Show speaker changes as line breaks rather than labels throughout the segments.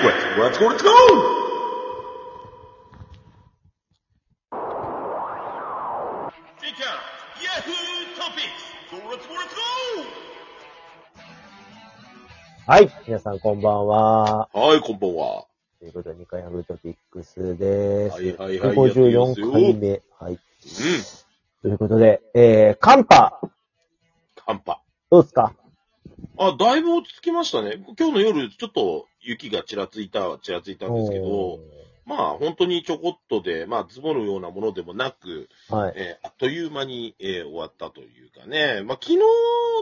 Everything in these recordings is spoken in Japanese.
go, let's go!
はい。皆さん、こんばんは。
はい、こんばんは。
ということで、2回ハグトピックスです。
はいはいはい
154
や
回
って
目。はい。
うん。
ということで、えー、寒波、
寒波。
どうですか
あ、だいぶ落ち着きましたね。今日の夜、ちょっと雪がちらついた、ちらついたんですけど、まあ、本当にちょこっとで、まあ、積もるようなものでもなく、
おーはい。
えーあっという間に、えー終わったというかね。まあ、昨日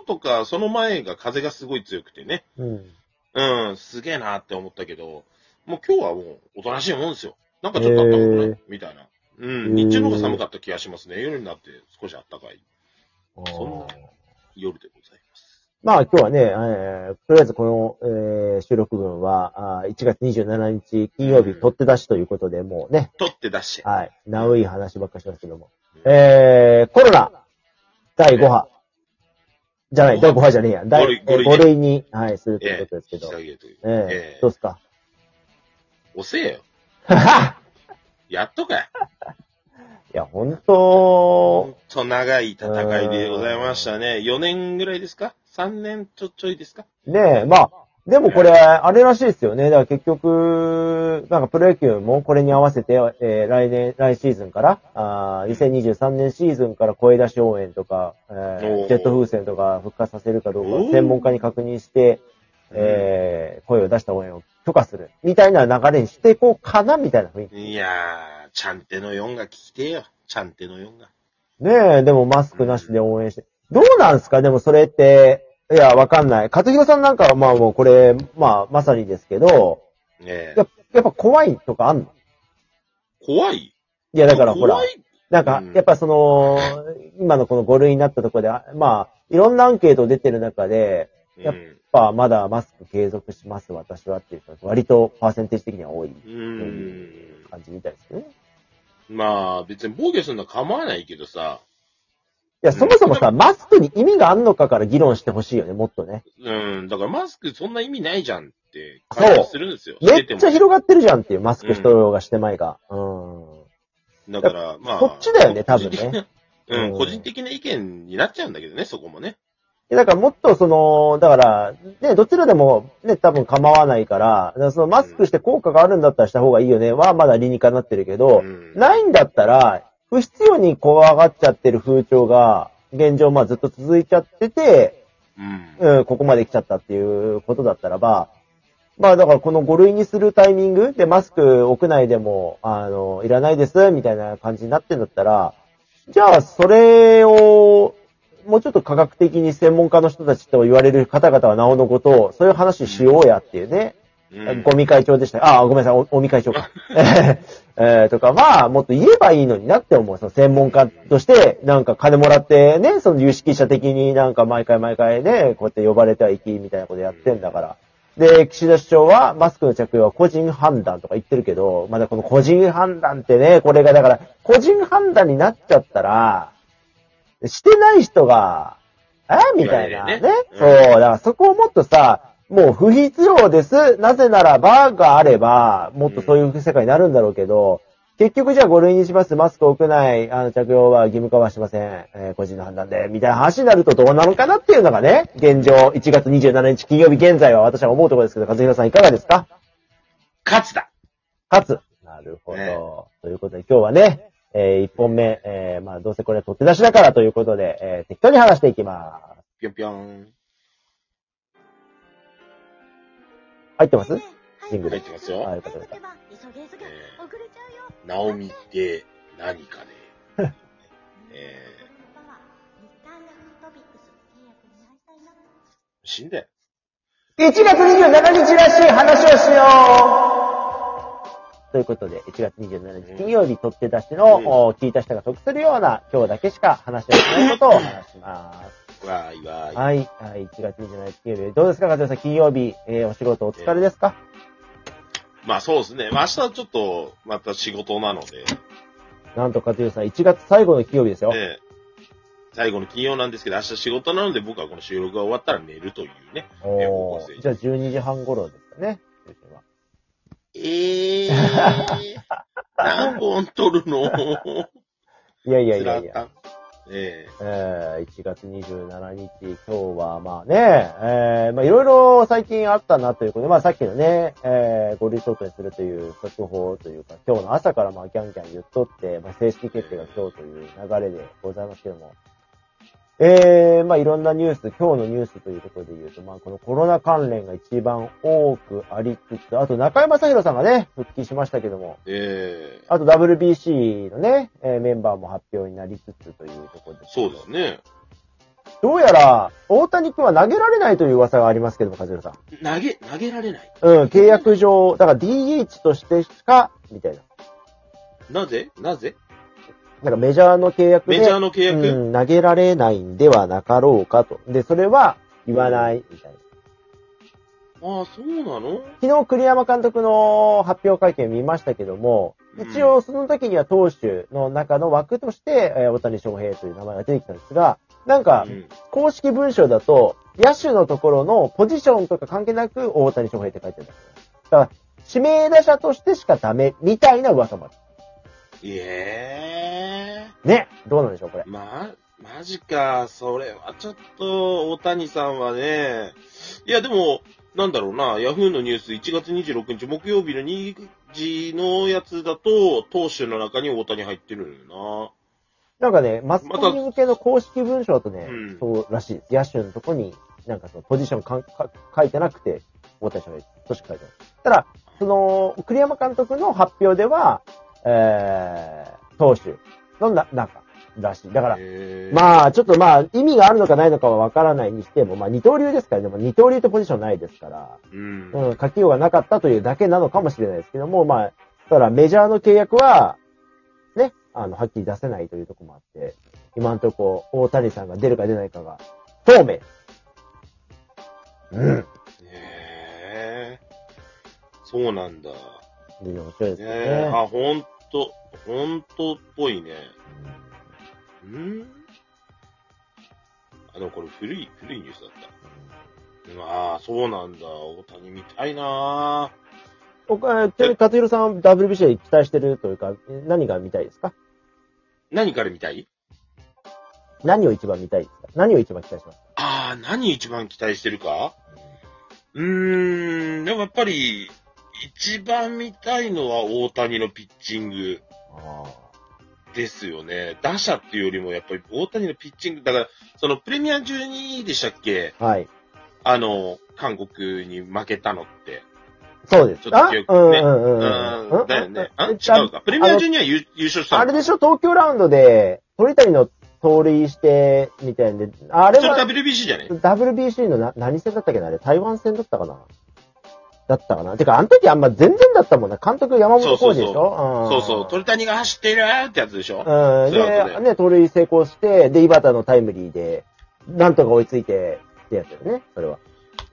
とか、その前が風がすごい強くてね。
うん。
うん、すげえなって思ったけど、もう今日はもう、おとなしいもんですよ。なんかちょっとあったかく
へ
な
ー
いみたいな。う
うん
ん、日中の方が寒かった気がしますね。夜になって少しあったかいそんな夜でございます。
まあ、今日はね、えー、とりあえずこの、えー、収録分は、あー1月27日金曜日、
うん
取って出しということで、もうね、
取って出して。
はい。ナウい話ばっかりしますけども
うん。
えー、コロナ、第5波。じゃない、
五波
第5波じゃねえや。第
五類五類
5類に、はい、するという
え
ことです
え
けど
下。げという。
え
え
え、
え
どうっすか
遅えよ。
い
やっとかよ。
や、本当
ほんと長い戦いでございましたね。4年ぐらいですか ?3 年ちょちょいですか
ねえ、まあ、でもこれ、あれらしいですよね。だから結局、なんかプロ野球もこれに合わせて、えー来年、来シーズンから、あー2023年シーズンから声出し応援とか、えー
おー
ジェット風船とか復活させるかど
お
うか、
ー
専門家に確認して、えー声を出した応援を許可する。みたいな流れにしていこうかな、みたいな雰囲気。
いやー、ちゃんての4が聞きてえよ。ちゃんての4が。
ねえ、でもマスクなしで応援して。どうなんすかでもそれって、いや、わかんない。勝弘さんなんかはまあもうこれ、まあまさにですけど、
ねえ
や。やっぱ怖いとかあんの
怖い
いや、だからほら
怖、い
なんか
うん、
やっぱその、今のこの5類になったところで、あまあ、いろんなアンケート出てる中で、やっ
うん
やっぱまだマスク継続します、私はっていう人が割とパーセンテージ的には多い
うん。
感じみたいですけどね。
まあ、別に防御するのは構わないけどさ。
いや、そもそもさ、マスクに意味があんのかから議論してほしいよね、もっとね。
うん。だからマスクそんな意味ないじゃんって
そう
感じするんですよ。
め
して
って
も
ちゃ広がってるじゃんっていう、マスク人がしてまいが。うん。
だから、まあ。
そっちだよね多分ね
個人的な。う
うん
ん、個人的な意見になっちゃうんだけどね、そこもね。
でだからもっとその、だから、ね、どちらでもね、多分構わないから、だからそのマスクして効果があるんだったらした方がいいよねはまだ理にかなってるけど
う、ん
ないんだったら、不必要に怖がっちゃってる風潮が、現状まあずっと続いちゃってて、
うん。
うん、ここまで来ちゃったっていうことだったらば、まあだからこの5類にするタイミングでマスク屋内でも、あの、いらないです、みたいな感じになってんだったら、じゃあそれを、もうちょっと科学的に専門家の人たちと言われる方々はなおのことを、そういう話しようやっていうね、
うん
ゴミ会長でした。ああ、ごめんなさい、お尾身会長 か。えーとかは、もっと言えばいいのになって思う。その専門家として、なんか金もらってね、その有識者的になんか毎回毎回ね、こうやって呼ばれてはいき、みたいなことやってんだから。で、岸田首相は、マスクの着用は個人判断とか言ってるけど、まだこの個人判断ってね、これがだから、個人判断になっちゃったら、してない人が、えみたいなね。
いわゆるね
そう。だからそこをもっとさ、もう不必要です。なぜならばがあれば、もっとそういう世界になるんだろうけど、結局じゃあ5類にします。マスク屋内、あの、着用は義務化はしません。えー個人の判断で、みたいな話になるとどうなのかなっていうのがね、現状、1月27日金曜日現在は私は思うところですけど、和弘さんいかがですか
勝つだ
かつ。なるほど。
ね
ということで今日はね、え1本目、えーまあどうせこれは取って出しだからということで、えー適当に話していきます。
ぴょんぴょん。
入ってますジング
入
ル
ってますよ。
は
はい
わ
い、
かりました
ナオミって何かね。えー、死んだよ。
1月27日らしい話をしようということで、1月27日金曜日取って出しの、
うん
お聞いた人が得するような、今日だけしか話をしないことを話します。
わーいわーい。
はい。はい、1月27日金曜日。どうですか、和代さん金曜日、えーお仕事お疲れですか、
まあそうですね。まあ明日はちょっと、また仕事なので、
なんと和代さん、1月最後の金曜日ですよ。
ええ最後の金曜なんですけど、明日仕事なので僕はこの収録が終わ ったら寝るというね。
お
高校
ー
生
じゃあ12時半頃ですかね。
ええー、何本取るの
いやいやい
つ
や
ら
いや。
た。え
えー、1月27日、今日はまあね、えー、まあいろいろ最近あったなということで、まあさっきのね、えー、ゴリ紹介するという速報というか、今日の朝からまあギャンギャン言っとって、まあ正式決定が今日という流れでございますけども、えー、まあいろんなニュース、今日のニュースということで言うと、まあこのコロナ関連が一番多くありつつ、あと中山雅宏さんがね、復帰しましたけども、
えええ
あと WBC のね、えーメンバーも発表になりつつというところです。
そうですね。
どうやら、大谷君は投げられないという噂がありますけども、カズルさん。
投げ、投げられない。
うん、契約上、だから DH としてしか、みたいな。
なぜなぜ
なんかメジャーの契約で、
メジャーの契約、
うん、投げられないんではなかろうかと。で、それは言わない、みたいな。
ああ、そうなの
昨日栗山監督の発表会見見ましたけども、
うん
一応その時には投手の中の枠として、えー大谷翔平という名前が出てきたんですが、なんか
う、ん
公式文章だと、野手のところのポジションとか関係なく大谷翔平って書いてあるんだから。だから、指名打者としてしかダメ、みたいな噂もある。
いえ
ね。どうなんでしょう、これ
え。ま、マジか。それはちょっと、大谷さんはね。いや、でも、なんだろうな、ヤフーのニュース1月26日木曜日の2時のやつだと、投手の中に大谷入ってるんだよ
なんかね、マスコミ向けの公式文章だとね、
うん
そうらしいです。野手のとこに、なんかそのポジションかんか書いてなくて、大谷翔平としか書いてない。ただ、その、栗山監督の発表では、えー、投手のな中らしい。だか
な。
ら、
へえ
まあ、ちょっとまあ、意味があるのかないのかはわからないにしても、まあ、二刀流ですからね、まあ二刀流とポジションないですから、
うん。
うん、書きようがなかったというだけなのかもしれないですけども、まあ、ただメジャーの契約は、ね、あの、はっきり出せないというところもあって、今のところ、大谷さんが出るか出ないかが、不透明。うん。
へえそうなんだ。ね
というのが面白いですよね。
えあ、ほんと、ほんとっぽいね。んあ、でもこれ古い、古いニュースだった。まあ、そうなんだ。大谷見たいな
おかえちなみに、勝弘さんは WBC で期待してるというか、何が見たいですか
何から見たい
何を一番見たいですか何を一番期待しますか
ああ、何一番期待してるかうーん、でもやっぱり、一番見たいのは大谷のピッチング
ああ。
ですよね。打者っていうよりも、やっぱり大谷のピッチング、だから、そのプレミア12でしたっけ
はい。
あの、韓国に負けたのって。
そうです。
ちょっと記憶ね
あうん
う
うんうんうん
ー、
うんん。
だよね。あ
え
違
あ
うか。プレミア12は優優勝した
あ
の
れでしょ東京ラウンドで、鳥谷の盗塁して、みたいんで、あれ
それ
は、
WBC じゃね
WBC のな何戦だったっけなあれ台湾戦だったかなだったかなてか、あの時あんま全然だったもんな。監督山本浩二でしょ
そうそう。鳥谷が走ってるってやつでしょ
うん。
ツーアウト
で、
で
ね、盗塁成功して、で、井端のタイムリーで、なんとか追いついて、ってやつだよね、それは。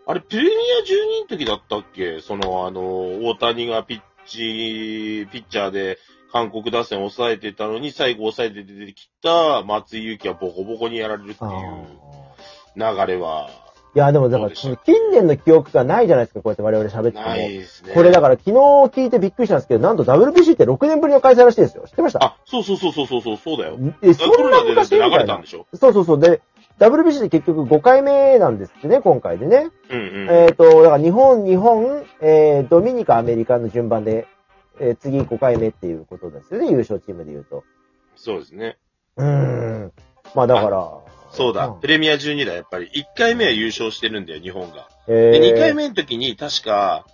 あれ、プレミア12の時だったっけその、あの、大谷がピッチ、ピッチャーで、韓国打線を抑えてたのに、最後抑えて出てきた松井裕樹はボコボコにやられるってい
あ
う
ー
流れは、
いや、でもだか
そう
ら、
でし
そ
た
の近年の記憶がないじゃないですか、こうやって我々喋ってても。
ないですね。
これだから昨日聞いてびっくりしたんですけど、なんと WBC って6年ぶりの開催らしいですよ。知ってました
あ、そうそうそうそうそうそう、そうだよ。
え、
コロナでだって流
みた
れ
い
たん
な
でしょ
そうそうそう。で、WBC で結局5回目なんですってね、今回でね。
うんうん。
えっ、と、だから日本、日本、えー、ドミニカ、アメリカの順番で、えー次5回目っていうことですよね、優勝チームで言うと。
そうですね。
うーん。まあだから。
そうだ、
ん
プレミア12だ、やっぱり。1回目は優勝してるんだよ、日本が。
え
で、2回
目。
目の時に確か、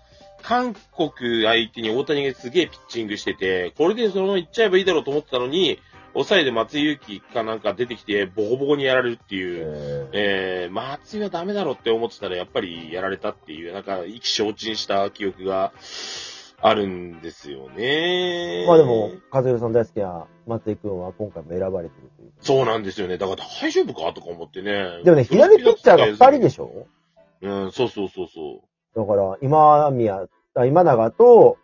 韓国相手に大谷がすげえピッチングしてて、これでそのまま行っちゃえばいいだろうと思ってたのに、抑えで松井裕樹かなんか出てきて、ボコボコにやられるっていう、え
え
ー、松井はダメだろうって思ってたら、やっぱりやられたっていう、なんか、意気消沈した記憶があるんですよね。
ーまあでも、和代さん大好きな松井くんは今回も選ばれてるという。
そうなんですよね。だから大丈夫かとか思ってね。
でもね、左ピッチャーが2人で
し
しょ
ょ。うん、そうそうそうそう。
だから、今宮、あ今永と、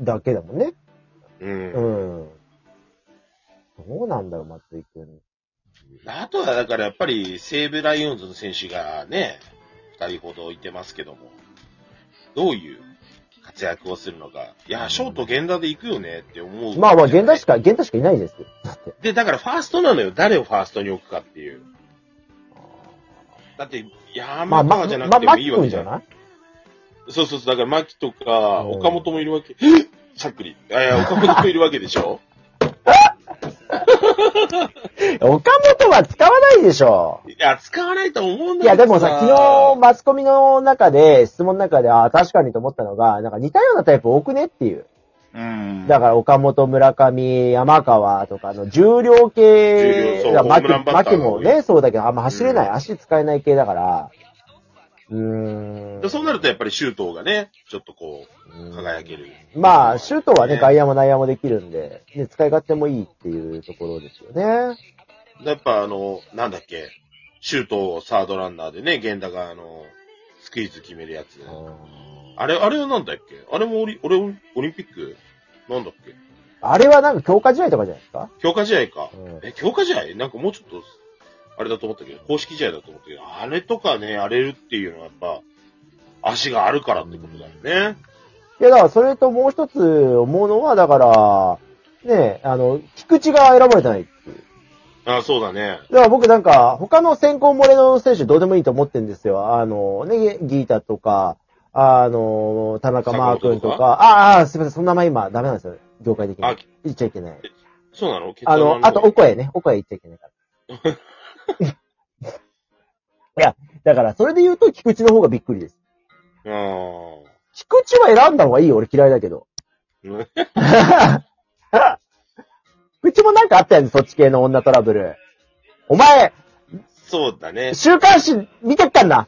だけだもんね。
うん
うん。どうなんだろう、松井くん。
あとはだからやっぱり西武ライオンズの選手がね、二人ほどいてますけども、どういう活躍をするのか。いや、ショート源田で行くよねって思う。
まあまあ、現代しか、現代しかいないですよ。だって。
で、だからファーストなのよ。誰をファーストに置くかっていう。だって、
まあ、
山
まあ、
川じゃなくても
まあ、
いいわ
君
けじ
じゃ
ゃん。
ない
そうそうそう。だから、牧とか、
うん
岡本もいるわけ。しゃっくり。いやいや、岡本もいるわけでし ょ
岡本は使わないでしょ。
いや、使わないと思うんだけど
いや、でもさ、昨日、マスコミの中で、質問の中で、ああ、確かにと思ったのが、なんか似たようなタイプ多くねっていう。
うん。
だから、岡本、村上、山川とかの重量
重量
系、
そう
だか
ホ
ら
ームランバッターが多い
もね、そうだけど、あんま走れない、
うん
足使えない系だから、うー
で
ん。
そうなるとやっぱり周東がね、ちょっとこう、輝ける。
まあ、シュートはね、
ね
外野も内野もできるんで、ね、使い勝手もいいっていうところですよね。
やっぱあの、なんだっけ、周東をサードランナーでね、源田があの、スクイズ決めるやつ。あれ、あれはなんだっけあれもオリ、俺、オリンピックなんだっけ
あれはなんか強化試合とかじゃないですか
強化試合か。
うん
え、強化試合なんかもうちょっと、あれだと思ったけど、公式試合だと思ったけど、あれとかね、荒れるっていうのはやっぱ、足があるからってことだよね。
いや、だからそれともう一つ思うのは、だから、ね、あの、菊池が選ばれてないっていう。
あ、そうだね。
だから僕なんか、他の先行漏れの選手どうでもいいと思ってるんですよ。あの、ね、ギータとか、あの、田中マー君と
坂本と
か、ああ、すみません、その名前今ダメなんですよ。業界的に
あ。
言っちゃいけない。
そうなの
あの、あと、お声ね。お声言っちゃいけない から。いや、だから、それで言うと、菊池の方がびっくりです。
あ
菊池は選んだ方がいいよ、俺嫌いだけど。
あ。
うちもなんかあったやん、そっち系の女トラブル。お前、
そうだね。
週刊誌見てっかんな